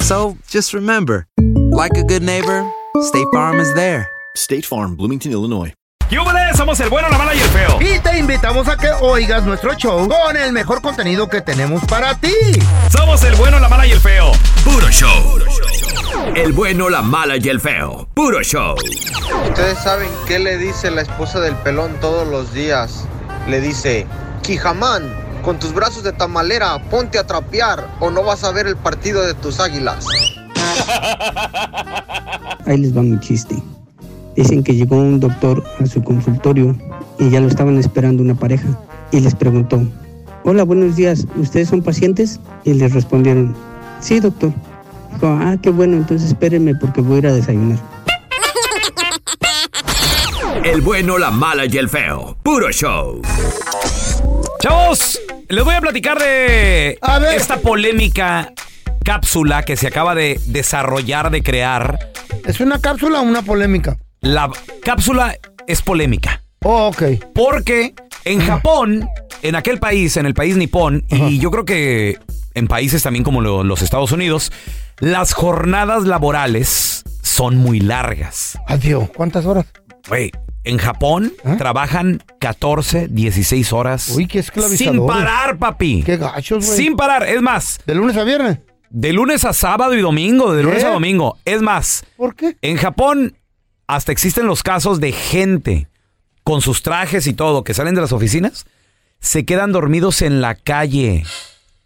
So just remember, like a good neighbor, State Farm is there. State Farm, Bloomington, Illinois. ¿Qué hubo de? Somos el bueno, la mala y el feo. Y te invitamos a que oigas nuestro show con el mejor contenido que tenemos para ti. Somos el bueno, la mala y el feo. Puro show. El bueno, la mala y el feo. Puro show. Ustedes saben qué le dice la esposa del pelón todos los días. Le dice, Quijamán, con tus brazos de tamalera, ponte a trapear o no vas a ver el partido de tus águilas. Ahí les va mi chiste. Dicen que llegó un doctor a su consultorio y ya lo estaban esperando una pareja y les preguntó, hola, buenos días, ¿ustedes son pacientes? Y les respondieron, sí, doctor. Dijo, ah, qué bueno, entonces espérenme porque voy a ir a desayunar. El bueno, la mala y el feo. Puro show. Chavos, les voy a platicar de esta polémica cápsula que se acaba de desarrollar, de crear. ¿Es una cápsula o una polémica? La cápsula es polémica. Oh, ok. Porque en Japón, en aquel país, en el país nipón, y yo creo que en países también como lo- los Estados Unidos, las jornadas laborales son muy largas. Adiós. ¿Cuántas horas? Güey, en Japón trabajan 14, 16 horas. ¿Eh? Uy, qué esclavizadores. Sin parar, papi. Qué gachos, güey. Sin parar, es más. ¿De lunes a viernes? De lunes a sábado y domingo, de lunes ¿Eh? a domingo. Es más. ¿Por qué? En Japón hasta existen los casos de gente con sus trajes y todo que salen de las oficinas, se quedan dormidos en la calle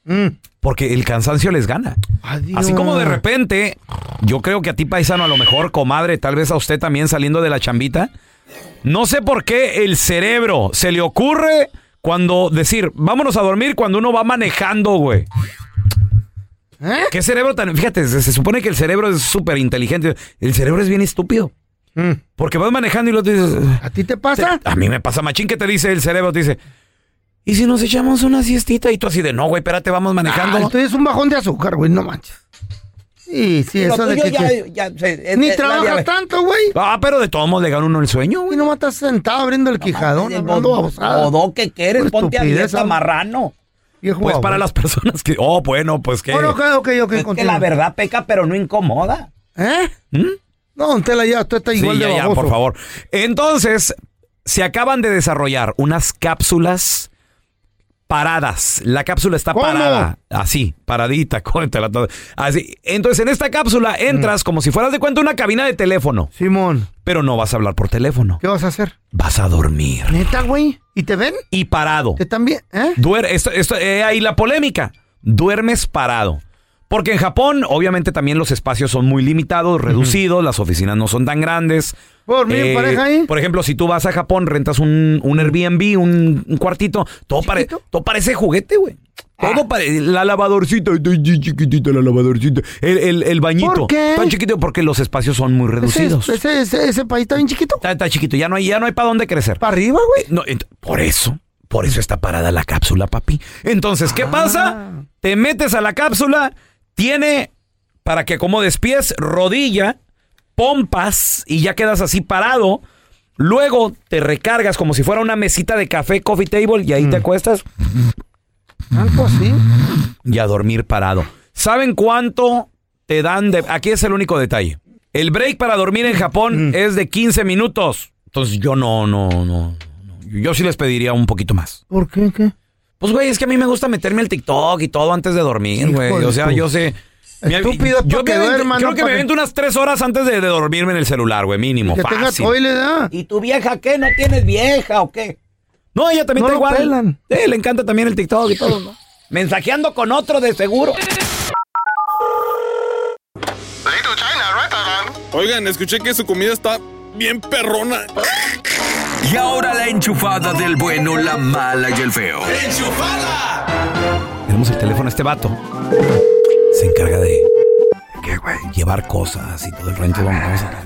Mm. porque el cansancio les gana. Así como de repente, yo creo que a ti paisano, a lo mejor comadre, tal vez a usted también saliendo de la chambita, no sé por qué el cerebro se le ocurre cuando decir, vámonos a dormir cuando uno va manejando, güey. ¿Eh? ¿Qué cerebro tan...? Fíjate, se, se supone que el cerebro es súper inteligente. El cerebro es bien estúpido. Porque vas manejando y lo dices... Mm. ¿A ti te pasa? A mí me pasa machín que te dice el cerebro, te dice... ¿Y si nos echamos una siestita? Y tú así de, no, güey, espérate, vamos manejando. Ah, esto es un bajón de azúcar, güey, no manches. Sí, sí, pues eso de que... que- Ni trabajas tanto, güey. Ah, pero de todos modos le gana uno el sueño, Y güey. nomás estás sentado abriendo el quijadón, hablando babosada. Odó que quieres, Por ponte a estupidez, dieta ¿sabes? marrano. Viejo Pues para babón. las personas que... Oh, bueno, pues que... Bueno, ok, ok, ok, Es que continúa. la verdad peca, pero no incomoda. ¿Eh? ¿Mm? No, don Tela, ya, tú estás Sí, igual ya, de ya, baboso. por favor. Entonces, se acaban de desarrollar unas cápsulas paradas. La cápsula está ¿Cómo? parada. Así, paradita, cuéntala todo. Así. Entonces, en esta cápsula entras como si fueras de cuenta una cabina de teléfono, Mm. Simón, pero no vas a hablar por teléfono. ¿qué vas a hacer? Vas a dormir. ¿Neta, güey? ¿Y te ven? Y parado. ¿Te están bien? ¿Eh? Duer- esto, esto- eh, ahí la polémica. Duermes parado. Porque en Japón, obviamente, también los espacios son muy limitados, reducidos, las oficinas no son tan grandes. Eh, ¿Puedo dormir en pareja ahí? Por ejemplo, si tú vas a Japón, rentas un, un Airbnb, un, un cuartito, todo, pare- ¿Chiquito? Ah. todo parece juguete, güey. Todo parece. La lavadorcita, ay, sí, chiquitita la lavadorcita. El, el- el bañito. ¿Por qué? Tan chiquito porque los espacios son muy Ese, reducidos. ese- ese- ese país está bien chiquito. Está, está chiquito, ya no hay, ya no hay para dónde crecer. ¿Para arriba, güey? No, ent- por eso, por eso está parada la cápsula, papi. Entonces, Ah. ¿qué pasa? Te metes a la cápsula, tiene para que acomodes pies, rodilla, pompas y ya quedas así parado. Luego te recargas como si fuera una mesita de café, coffee table, y ahí Mm. te acuestas Algo así. y a dormir parado. ¿Saben cuánto te dan de... Aquí es el único detalle. El break para dormir en Mm. Japón es de 15 minutos. Entonces yo no, no, no. no. Yo sí les pediría un poquito más. ¿Por qué? ¿Qué? Pues, güey, es que a mí me gusta meterme al TikTok y todo antes de dormir, Hijo güey. de O sea, tu- yo sé... me- Estúpido es yo pa' que me avento- duerma, creo no que pa' me que- avento unas tres horas antes de, de dormirme en el celular, güey, mínimo. Que tenga fácil. toile, ¿ah? ¿Y tu vieja qué? ¿No tienes vieja o qué? No, ella también No está lo igual. pelan. Sí, le encanta también el TikTok y todo, ¿no? Mensajeando con otro de seguro. Oigan, escuché que su comida está bien perrona. Y ahora la enchufada del bueno, la mala y el feo. Tenemos el teléfono a este vato. Se encarga de llevar cosas y todo el rancho. Vamos, vamos a-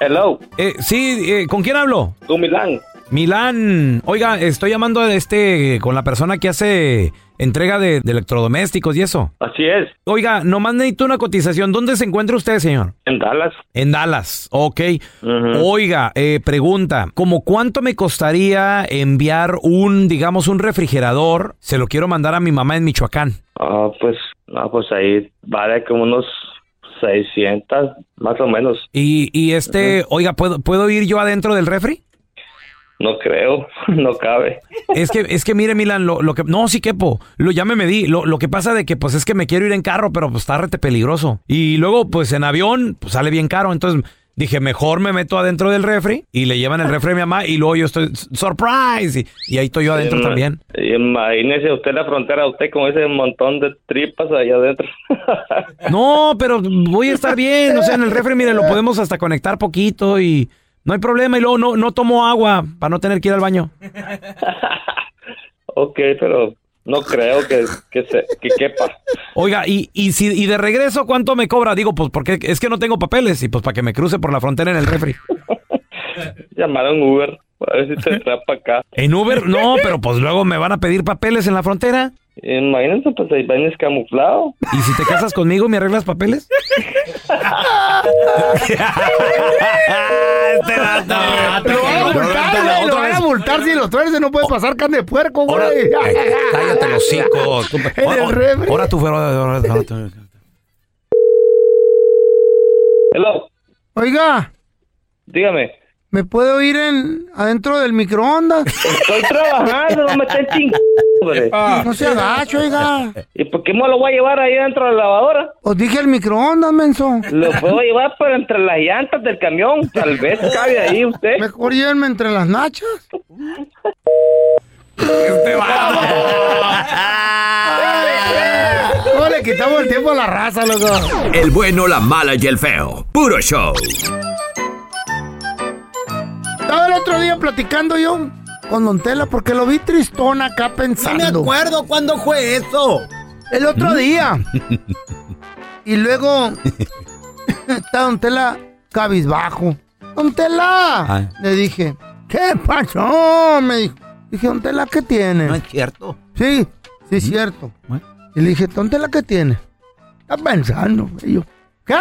Hello. Eh, sí, eh, ¿con quién hablo? Con Milán. Milán. Oiga, estoy llamando a este con la persona que hace entrega de, de electrodomésticos y eso. Así es, Oiga, nomás necesito una cotización. ¿Dónde se encuentra usted, señor? en Dallas. En Dallas, ok. Oiga, eh, pregunta, ¿como cuánto me costaría enviar un, digamos, un refrigerador? Se lo quiero mandar a mi mamá en Michoacán. Ah, pues, no, pues ahí vale como unos 600, más o menos. Y, y este, oiga, ¿puedo, ¿puedo ir yo adentro del refri? Mm, No creo, no cabe. Es que, es que mire, Milan, lo, lo que. No, sí, quepo. Lo ya me medí. Lo, lo que pasa de que, pues, es que me quiero ir en carro, pero pues está rete peligroso. Y luego, pues, en avión, pues sale bien caro. Entonces dije, mejor me meto adentro del refri y le llevan el refri a mi mamá y luego yo estoy. ¡Surprise! Y, y ahí estoy yo adentro Ima- también. Imagínese usted la frontera, usted con ese montón de tripas allá adentro. No, pero voy a estar bien. O sea, en el refri, mire, lo podemos hasta conectar poquito y. No hay problema. Y luego no, no tomo agua para no tener que ir al baño. ok, pero no creo que, que, se, que quepa. Oiga, y, y si y de regreso cuánto me cobra? Digo, pues porque es que no tengo papeles y pues para que me cruce por la frontera en el refri. Llamar a un Uber, a ver si te trae para acá. En Uber, no, pero pues luego me van a pedir papeles en la frontera. Imagínense, pues ahí vienes camuflado. ¿Y si te casas conmigo y me arreglas papeles? Ah, este Lo van a multar, güey, Lo van a multar si lo tuerce. No puede pasar carne de puerco, güey. eh, Cállate los cinco. En el refri. Ahora tú, ahora tú. Hello, Oiga, dígame. ¿me puede oír en, adentro del microondas? Estoy trabajando, no me estén chingando. No se agacho, oiga. ¿Y por qué me lo voy a llevar ahí dentro de la lavadora? Os dije el microondas, menso. Lo puedo llevar por entre las llantas del camión. Tal vez cabe ahí usted. Mejor llévenme entre las nachas. ¿Cómo le quitamos el tiempo a la raza, loco? El bueno, la mala y el feo. Puro show. Estaba el otro día platicando yo con Don Tela porque lo vi tristón acá pensando. No me acuerdo cuándo fue eso. ¿Mm? El otro día. Y luego está Don Tela cabizbajo. Don Tela, Ay. le dije, ¿qué pasó? Me dijo. Dije, Don Tela, ¿qué tiene? No es cierto. ¿Mm? Sí, sí, es cierto. Y le dije, ¿Don Tela qué tiene? Está pensando. Y yo, ¿qué?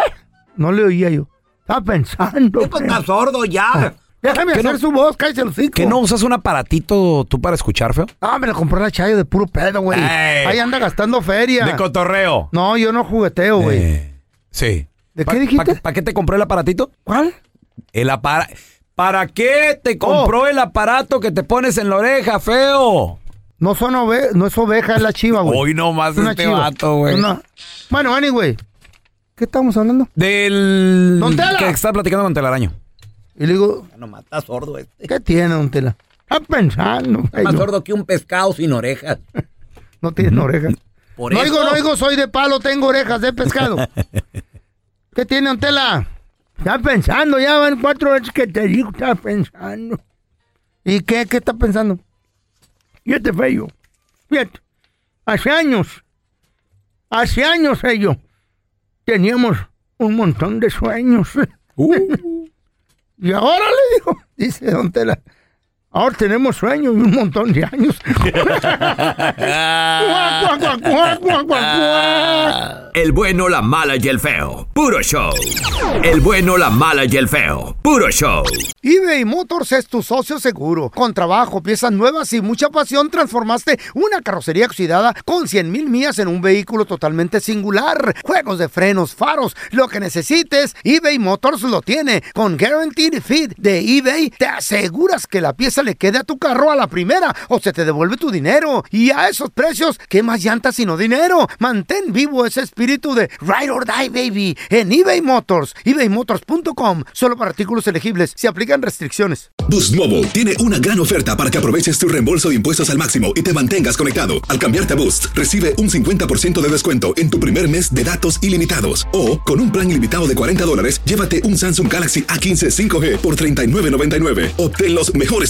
No le oía yo. Está pensando. Ah. Pues está sordo ya. Déjame ¿Qué hacer no- su voz, cállese el hocico. ¿Que no usas un aparatito tú para escuchar, feo? Ah, me la compré la chayo de puro pedo, güey. Ey. Ahí anda gastando feria. De cotorreo. Eh, No, yo no jugueteo, güey. Sí. ¿De Pa- qué dijiste? ¿Para qué te compró el aparatito? ¿Cuál? Oh. El apara- ¿Para qué te compró el aparato que te pones en la oreja, feo? No son ove no es oveja, es la chiva, güey. Hoy nomás Es una este chiva. vato, güey. Una- Bueno, anyway. ¿Qué estamos hablando? Del ¡Don Tela! que está platicando con telaraño. Y le digo, No mata sordo este. ¿qué tiene, don Tela? Está pensando. güey, Más no, sordo que un pescado sin orejas. no tiene orejas. Por no eso. digo, no digo, soy de palo, tengo orejas de pescado. ¿Qué tiene, don Tela? Está pensando, ya van cuatro veces que te digo, está pensando. ¿Y qué? ¿Qué está pensando? Fíjate, Fello. Fíjate. Hace años, hace años, ello, teníamos un montón de Uh. sueños. y ahora le digo, dice Don Tela, Ahora tenemos sueños y un montón de años. Cuac, cuac, cuac, cuac, cuac, Ah. cuac. El bueno, la mala y el feo. Puro show. El bueno, la mala y el feo. Puro show. eBay Motors es tu socio seguro. Con trabajo, piezas nuevas y mucha pasión, transformaste una carrocería oxidada con 100 mil millas en un vehículo totalmente singular. Juegos de frenos, faros, lo que necesites, eBay Motors lo tiene. Con Guaranteed Fit de eBay, te aseguras que la pieza le quede a tu carro a la primera o se te devuelve tu dinero. Y a esos precios, ¿qué más llantas sino dinero? Mantén vivo ese espíritu de Ride or Die, baby, en eBay Motors. ebaymotors.com. Solo para artículos elegibles. Se aplican restricciones. Boost Mobile tiene una gran oferta para que aproveches tu reembolso de impuestos al máximo y te mantengas conectado. Al cambiarte a Boost, recibe un 50% de descuento en tu primer mes de datos ilimitados. O, con un plan ilimitado de 40 dólares, llévate un Samsung Galaxy A15 5G por 39.99. Obtén los mejores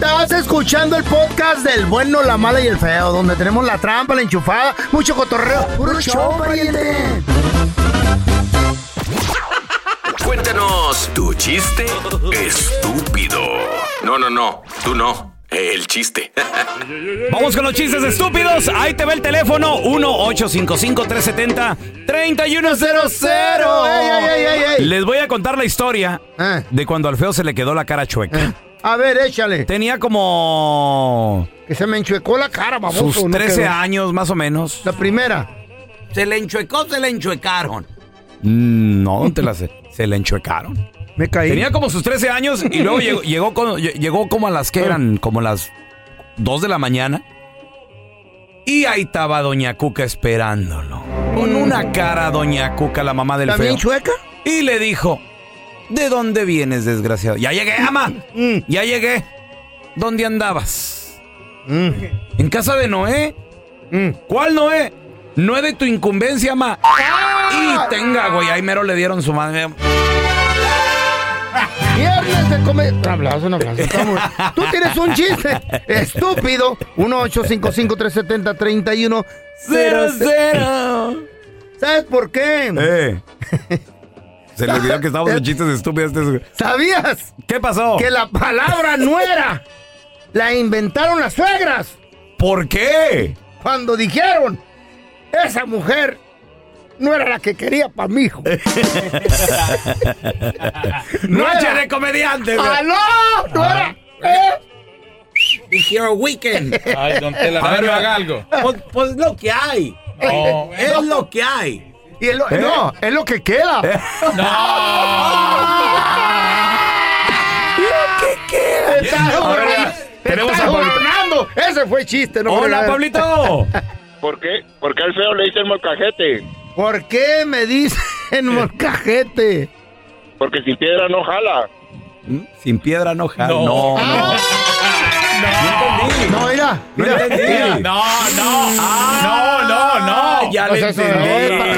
Estás escuchando el podcast del bueno, la mala y el feo, donde tenemos la trampa, la enchufada, mucho cotorreo. ¡Puro show, pariente! Cuéntanos tu chiste estúpido. No, no, no. Tú no. El chiste. Vamos con los chistes estúpidos. Ahí te ve el teléfono 1-855-370-3100. Les voy a contar la historia Ah. de cuando al feo se le quedó la cara chueca. A ver, échale. Tenía como... Que se me enchuecó la cara, baboso. Sus no 13 quedó. años más o menos. La primera. Se le enchuecó, se le enchuecaron. Mm, No, te la sé. Se le enchuecaron. Me caí. Tenía como sus 13 años y luego llegó, llegó, con- lle- llegó como a las que eran, como las 2 de la mañana. Y ahí estaba Doña Cuca esperándolo. Con una cara Doña Cuca, la mamá del ¿También feo. chueca? Y le dijo, ¿de dónde vienes, desgraciado? Ya llegué, ama. Ya llegué. ¿Dónde andabas? ¿En casa de Noé? ¿Cuál Noé? No es de tu incumbencia, ama. Y tenga, güey. Ahí mero le dieron su madre. Viernes de come... Un aplauso, un aplauso. Estamos- Tú tienes un chiste estúpido. 1-855-370-3100. ¿Sabes por qué? Eh. Se le olvidó que estábamos en chistes estúpidos. ¿Sabías? ¿Qué pasó? Que la palabra nuera la inventaron las suegras. ¿Por qué? Cuando dijeron, esa mujer no era la que quería para mi hijo. Noche de comediantes. ¡Aló! Ah, ¡No Ah. era! Eh. It's your weekend. Ay, don Tela, A ver, pero va- haga algo. Pues, pues lo que hay. No. Es lo que hay. Y es lo- ¿Eh? No, es lo que queda. Lo que queda. Estás Ahora ya, jugando- tenemos estás a Pablito. jugando. Ese fue chiste, ¿no? Hola, Pablito. ¿Por qué? ¿Por qué al feo le dicen molcajete? ¿Por qué me dicen molcajete? Porque sin piedra no jala. Sin piedra no jala. No, no. Ah, No, mira. mira, mira. no. No, no, no. Ya Pues le eso, entendí.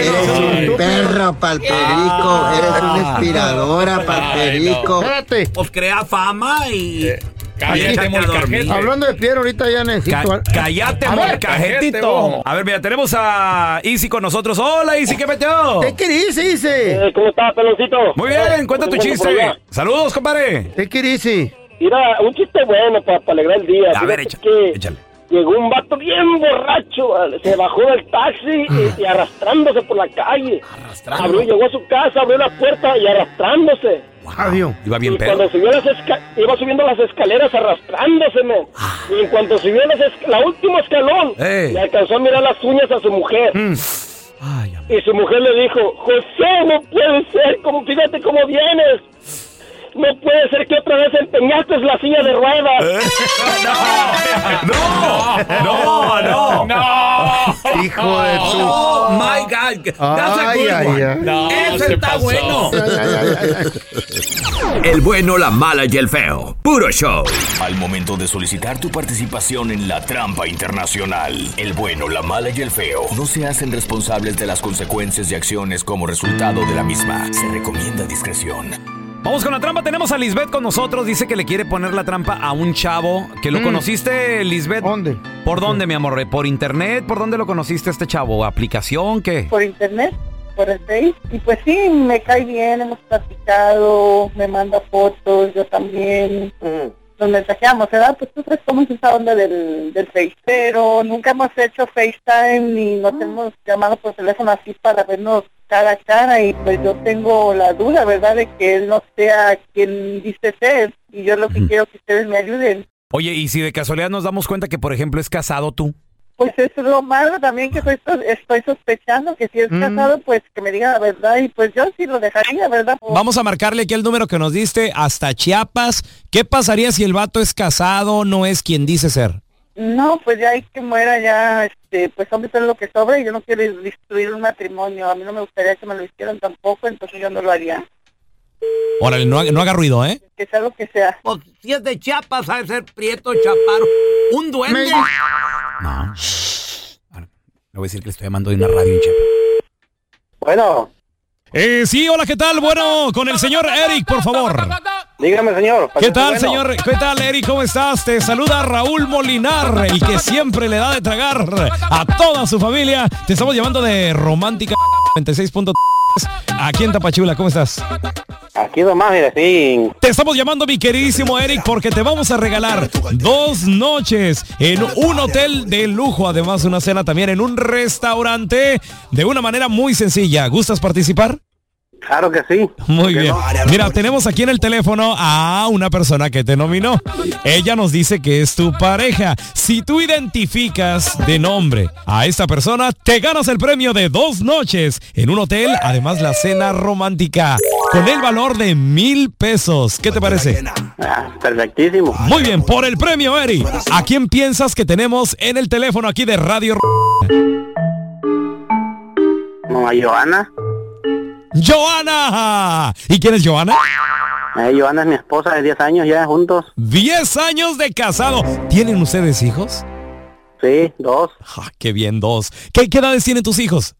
Eres un perro, palperico. Eres una inspiradora, palperico. Espérate. Pues crea fama y. Eh, Cállate, molcajete. Hablando de piedra, ahorita ya necesito. Ca- cállate, A ver. molcajetito. A ver, mira, tenemos a Easy con nosotros. Hola, Easy, ¿qué peteo? ¿Qué querés, dice? Eh, ¿Cómo estás, peloncito? Muy bien, cuenta tu chiste. Saludos, compadre. ¿Qué querés? Mira, un chiste bueno para alegrar el día. A ver, Fíjate échale, que échale. Llegó un vato bien borracho, vale, se bajó del taxi Ah. y, y arrastrándose por la calle. Abrió, llegó a su casa, abrió la puerta y arrastrándose. Iba bien Y cuando pedo. subió las esca- iba subiendo las escaleras arrastrándose, men. Y en cuanto subió las esca- la última escalón, Ah. Ey. Mm. le alcanzó a mirar las uñas a su mujer. Y su mujer le dijo, José, no puede ser, como, fíjate cómo vienes. No puede ser que otra vez empeñaste la silla de ¿Eh? ruedas. No, no, no. Hijo de tu. Oh my God. That's a good Ay, one. ay, ay. No, Ese se está Ah, pasó. bueno. El bueno, la mala y el feo. Puro show. Al momento de solicitar tu participación en la trampa internacional, el bueno, la mala y el feo no se hacen responsables de las consecuencias y acciones como resultado de la misma. Se recomienda discreción. Vamos con la trampa. Tenemos a Lisbeth con nosotros. Dice que le quiere poner la trampa a un chavo que lo Mm. conociste, Lisbeth. ¿Dónde? ¿Por dónde, mi amor? ¿Por internet? ¿Por dónde lo conociste a este chavo? ¿Aplicación? ¿Qué? por internet, por el Face. Y pues sí, me cae bien, hemos platicado, me manda fotos, yo también. Nos mensajeamos, ¿verdad? Pues tú sabes cómo es esa onda del, del Face. Pero nunca hemos hecho FaceTime ni nos hemos llamado por teléfono así para vernos cara a cara. Y pues yo tengo la duda, ¿verdad? De que él no sea quien dice ser. Y yo lo que quiero que ustedes me ayuden. Oye, y si de casualidad nos damos cuenta que, por ejemplo, es casado tú. Pues eso es lo malo también que soy sos- estoy sospechando que si es casado, pues que me diga la verdad y pues yo sí lo dejaría, ¿verdad? Vamos a marcarle aquí el número que nos diste hasta Chiapas. ¿Qué pasaría si el vato es casado, no es quien dice ser? No, pues ya hay que muera ya, este, pues hombre, todo lo que sobra y yo no quiero destruir un matrimonio. A mí no me gustaría que me lo hicieran tampoco, entonces yo no lo haría. Órale, no, haga- no haga ruido, ¿eh? Que sea lo que sea. Pues, Si es de Chiapas, sabe ser prieto, chaparro. Un duende. No. Le voy a decir que le estoy llamando de una radio en Bueno. Eh, sí, hola, ¿qué tal? Bueno, con el señor Eric, por favor. Dígame, señor. ¿Qué tal, Bueno. señor? ¿Qué tal, Eric? ¿Cómo estás? Te saluda Raúl Molinar, el que siempre le da de tragar a toda su familia. Te estamos llevando de Romántica 96.3 aquí en Tapachula. ¿Cómo estás? Aquí nomás, mire, sí. Te estamos llamando, mi queridísimo Eric, porque te vamos a regalar dos noches en un hotel de lujo. Además, una cena también en un restaurante de una manera muy sencilla. ¿Gustas participar? Claro que sí. Muy bien. Mira, tenemos aquí en el teléfono a una persona que te nominó. Ella nos dice que es tu pareja. Si tú identificas de nombre a esta persona, te ganas el premio de dos noches en un hotel, además la cena romántica, con el valor de mil pesos. ¿Qué te parece? ah, Perfectísimo. Muy bien, por el premio, Eri. ¿A quién piensas que tenemos en el teléfono aquí de Radio? No, a Joana. Joana. ¿Y quién es Joana? Eh, Joana es mi esposa de 10 años ya juntos. 10 años de casado. ¿Tienen ustedes hijos? Sí, dos. Ah, qué bien, dos. ¿Qué, qué edades tienen tus hijos?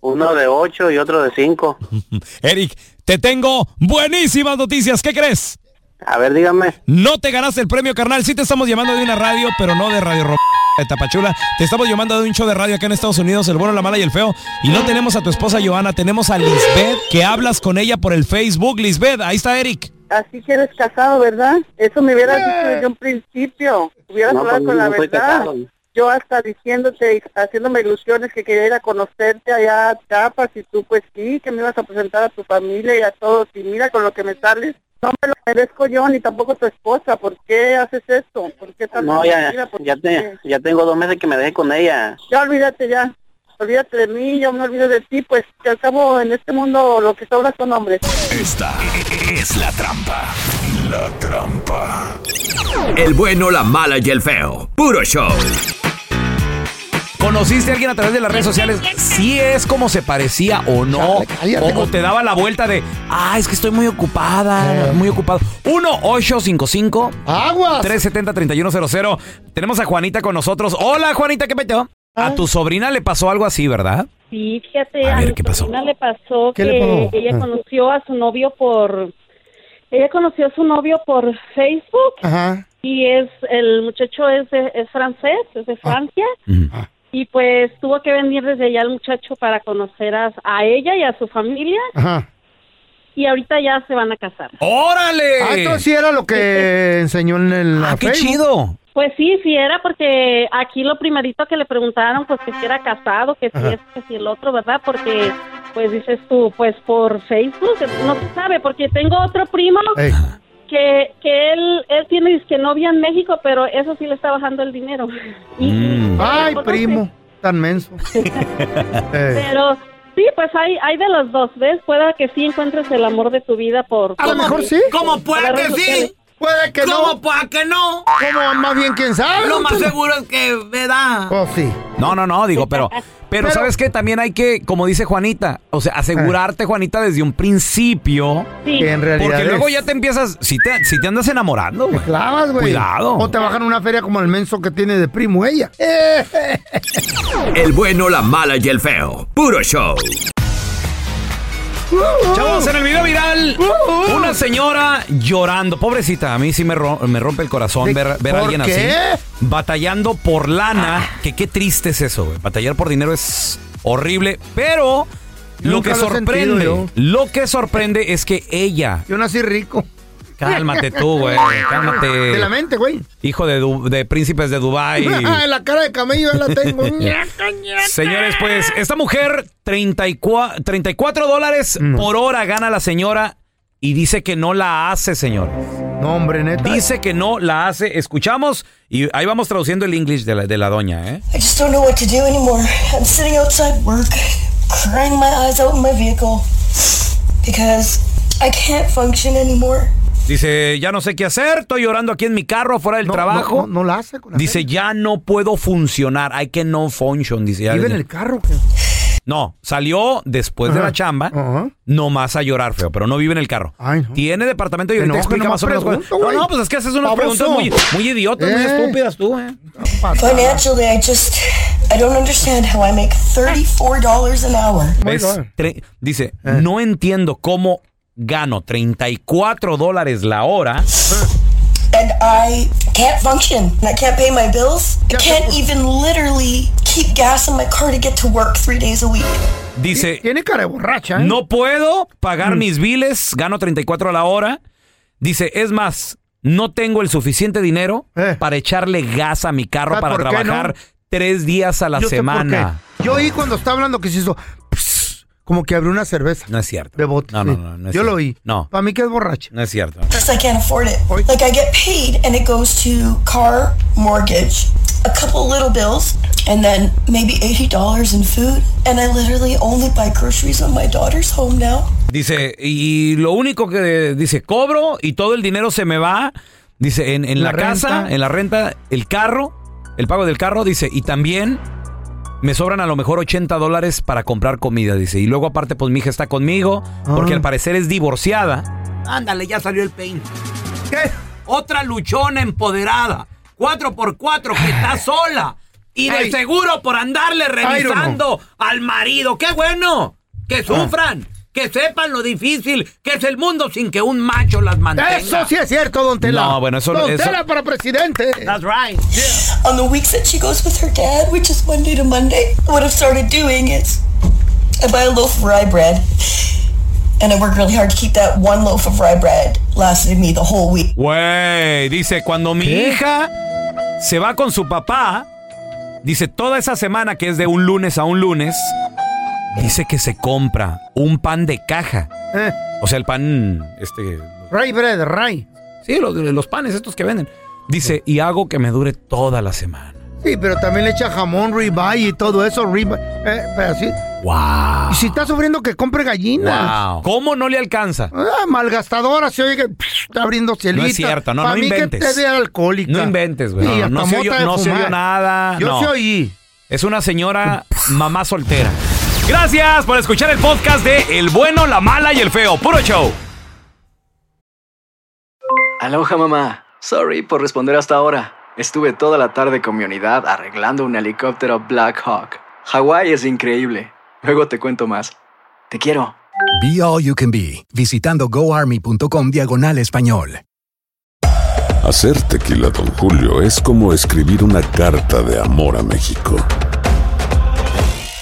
Uno de 8 y otro de 5. Eric, te tengo buenísimas noticias. ¿Qué crees? A ver, dígame. No te ganaste el premio, carnal. Sí te estamos llamando de una radio, pero no de Radio Rom- de Tapachula. Te estamos llamando de un show de radio acá en Estados Unidos, El Bueno, la Mala y el Feo. Y no tenemos a tu esposa Joana, tenemos a Lisbeth, que hablas con ella por el Facebook. Lisbeth, ahí está Eric. Así que eres casado, ¿verdad? Eso me hubieras dicho desde un principio. Hubieras No, hablado pues, con la no soy verdad. casado. Yo hasta diciéndote, y haciéndome ilusiones que quería ir a conocerte allá a Chiapas y tú pues sí, que me ibas a presentar a tu familia y a todos. Y mira con lo que me sales. No me lo merezco yo ni tampoco tu esposa. ¿Por qué haces esto? ¿Por qué tanta No, ya, mentira? ¿Por ya, qué? te- ya tengo dos meses que me dejé con ella. Ya olvídate ya. Olvídate de mí, yo me olvido de ti, pues que al cabo en este mundo lo que sobra son hombres. Esta es la trampa. La trampa. El bueno, la mala y el feo. Puro show. ¿Conociste a alguien a través de las redes sociales? Si es como se parecía o no. O, o te daba la vuelta de, ah, es que estoy muy ocupada, muy ocupado. 1-855. Eh. Aguas. 370-3100. Tenemos a Juanita con nosotros. Hola, Juanita, ¿qué peteo? A tu sobrina le pasó algo así, ¿verdad? Sí, fíjate, A a, ver, mi ¿qué pasó? sobrina le pasó que ¿Qué le pasó? ella Ah. conoció a su novio por ella conoció a su novio por Facebook Ajá. y es el muchacho es de- es francés, es Ah. de Francia. Y pues tuvo que venir desde allá el muchacho para conocer a, a ella y a su familia Ajá. y ahorita ya se van a casar. ¡Órale! Ah, entonces sí era lo que enseñó en el Ah, qué chido! Pues sí, sí era porque aquí lo primerito que le preguntaron pues que si era casado, que si Ajá. es, que si el otro, ¿verdad? Porque pues dices tú, pues por Facebook, no se sabe, porque tengo otro primo Ey. que, que él, él tiene disque novia en México, pero eso sí le está bajando el dinero. Mm. Ay, primo, tan menso. Eh. Pero Sí, pues hay, hay de las dos, ¿ves? Pueda que sí encuentres el amor de tu vida por... A lo mejor sí. ¿Cómo puede que sí? Puede que no. ¿Cómo puede que no? ¿Cómo? Más bien, quién sabe. Lo más seguro es que, ¿verdad? Oh, sí. No, no, no, digo, pero, pero, Pero- ¿sabes qué? También hay que, como dice Juanita, o sea, asegurarte, Juanita, desde un principio. Eh. Sí. Que en realidad Porque luego es- ya te empiezas, si te, si te andas enamorando, güey. Clavas, güey. Cuidado. O te bajan una feria como el menso que tiene de primo ella. Eh, eh. El bueno, la mala y el feo. Puro show. Chavos, en el video viral, una señora llorando. Pobrecita, a mí sí me, ro- me rompe el corazón ¿De- ver, ver a por alguien qué? Ah. así. Batallando por lana. Que qué triste es eso, güey. Batallar por dinero es horrible. Pero lo Nunca que lo he sorprende, sentido yo. lo que sorprende es que ella. Yo nací rico. Cálmate tú, güey. Cálmate. De la mente, güey. Hijo de, Du- de príncipes de Dubái. Ah, en la cara de camello ya la tengo. Señores, pues esta mujer, 34, 34 dólares por hora gana la señora y dice que no la hace, señores. No, hombre, neta. Dice que no la hace. Escuchamos y ahí vamos traduciendo el inglés de la, de la doña, ¿eh? I just don't know what to do anymore. I'm sitting outside work, crying my eyes out in my vehicle because I can't function anymore. Dice, ya no sé qué hacer, estoy llorando aquí en mi carro afuera del trabajo. No, no la hace. con- dice, ya no puedo funcionar, hay que no function, dice. ya- Vive en el carro. No, salió después de Ajá, la chamba, nomás a llorar, feo, pero no vive en el carro. Tiene departamento y Te ahorita enoja, es que ¿qué nomás más son unas cosas- pregunto, No, güey? no, pues es que haces unas Baboso. preguntas muy, muy idiotas, muy Eh. estúpidas tú, eh. Financially, I just I don't understand how I make thirty-four dollars an hour. oh ¿Ves? Tre- dice, Eh. no entiendo cómo gano 34 dólares la hora. Eh. And I can't function. I can't pay my bills. I can't even literally keep gas in my car to get to work three days a week. Dice, Tiene cara de borracha, ¿eh? Mm. no puedo pagar mis biles, gano 34 a la hora. Dice, es más, no tengo el suficiente dinero para echarle gas a mi carro Eh. ¿Sabes para por qué, trabajar no? tres días a la Yo sé por semana. qué. Yo oí cuando estaba hablando que se hizo... pss, Como que abrió una cerveza. No es cierto. De bote. No, no, no, no es Yo lo cierto. oí. No. Para mí que es borracha. No es cierto. Just I can't afford it. Like I get paid and it goes to car, mortgage, a couple little bills, and then maybe eighty dollars in food. And I literally only buy groceries when my daughter's home now. Dice, y lo único que dice, cobro y todo el dinero se me va. Dice, en, en la, La casa, renta. en la renta, el carro, el pago del carro, dice, y también me sobran a lo mejor 80 dólares para comprar comida, dice. Y luego aparte, pues mi hija está conmigo, porque Ah. al parecer es divorciada. Ándale, ya salió el peine. ¿Qué? Otra luchona empoderada. 4x4 que está sola. Y de Ey. seguro por andarle revisando al marido. ¡Qué bueno! Ah. Que sufran. Que sepan lo difícil que es el mundo sin que un macho las mantenga. Eso sí es cierto, don Tela. No, bueno, eso- Don eso- Tela para presidente. That's right. On the weeks that she goes with her dad, which is Monday to Monday, what I've started doing is I buy a loaf of rye bread. And I work really hard to keep that one loaf of rye bread lasted me the whole week. Güey, dice, cuando mi ¿Qué? hija se va con su papá, dice, toda esa semana que es de un lunes a un lunes, dice que se compra un pan de caja. Eh, O sea, el pan, este... Ray bread, Ray. Sí, los, los panes estos que venden. Dice, y hago que me dure toda la semana. Sí, pero también le echa jamón, ribeye y todo eso. Ribeye. Eh, pero sí. ¡Wow! Y si está sufriendo que compre gallinas. ¡Wow! ¿Cómo no le alcanza? Ah, malgastadora, se oye que psh, está abriendo cielito. No es cierto, no, Pa' no mí inventes. Que te dé alcohólica. No inventes, güey. Y No, hasta no, no se oyó- mota de no se fumar. oyó nada. Yo no. se oí. Es una señora mamá soltera. Gracias por escuchar el podcast de El Bueno, la Mala y el Feo. Puro show. Aloha mamá. Sorry por responder hasta ahora. Estuve toda la tarde con mi unidad arreglando un helicóptero Black Hawk. Hawái es increíble. Luego te cuento más. Te quiero. Be All You Can Be, visitando goarmy.com diagonal español. Hacer tequila, Don Julio, es como escribir una carta de amor a México.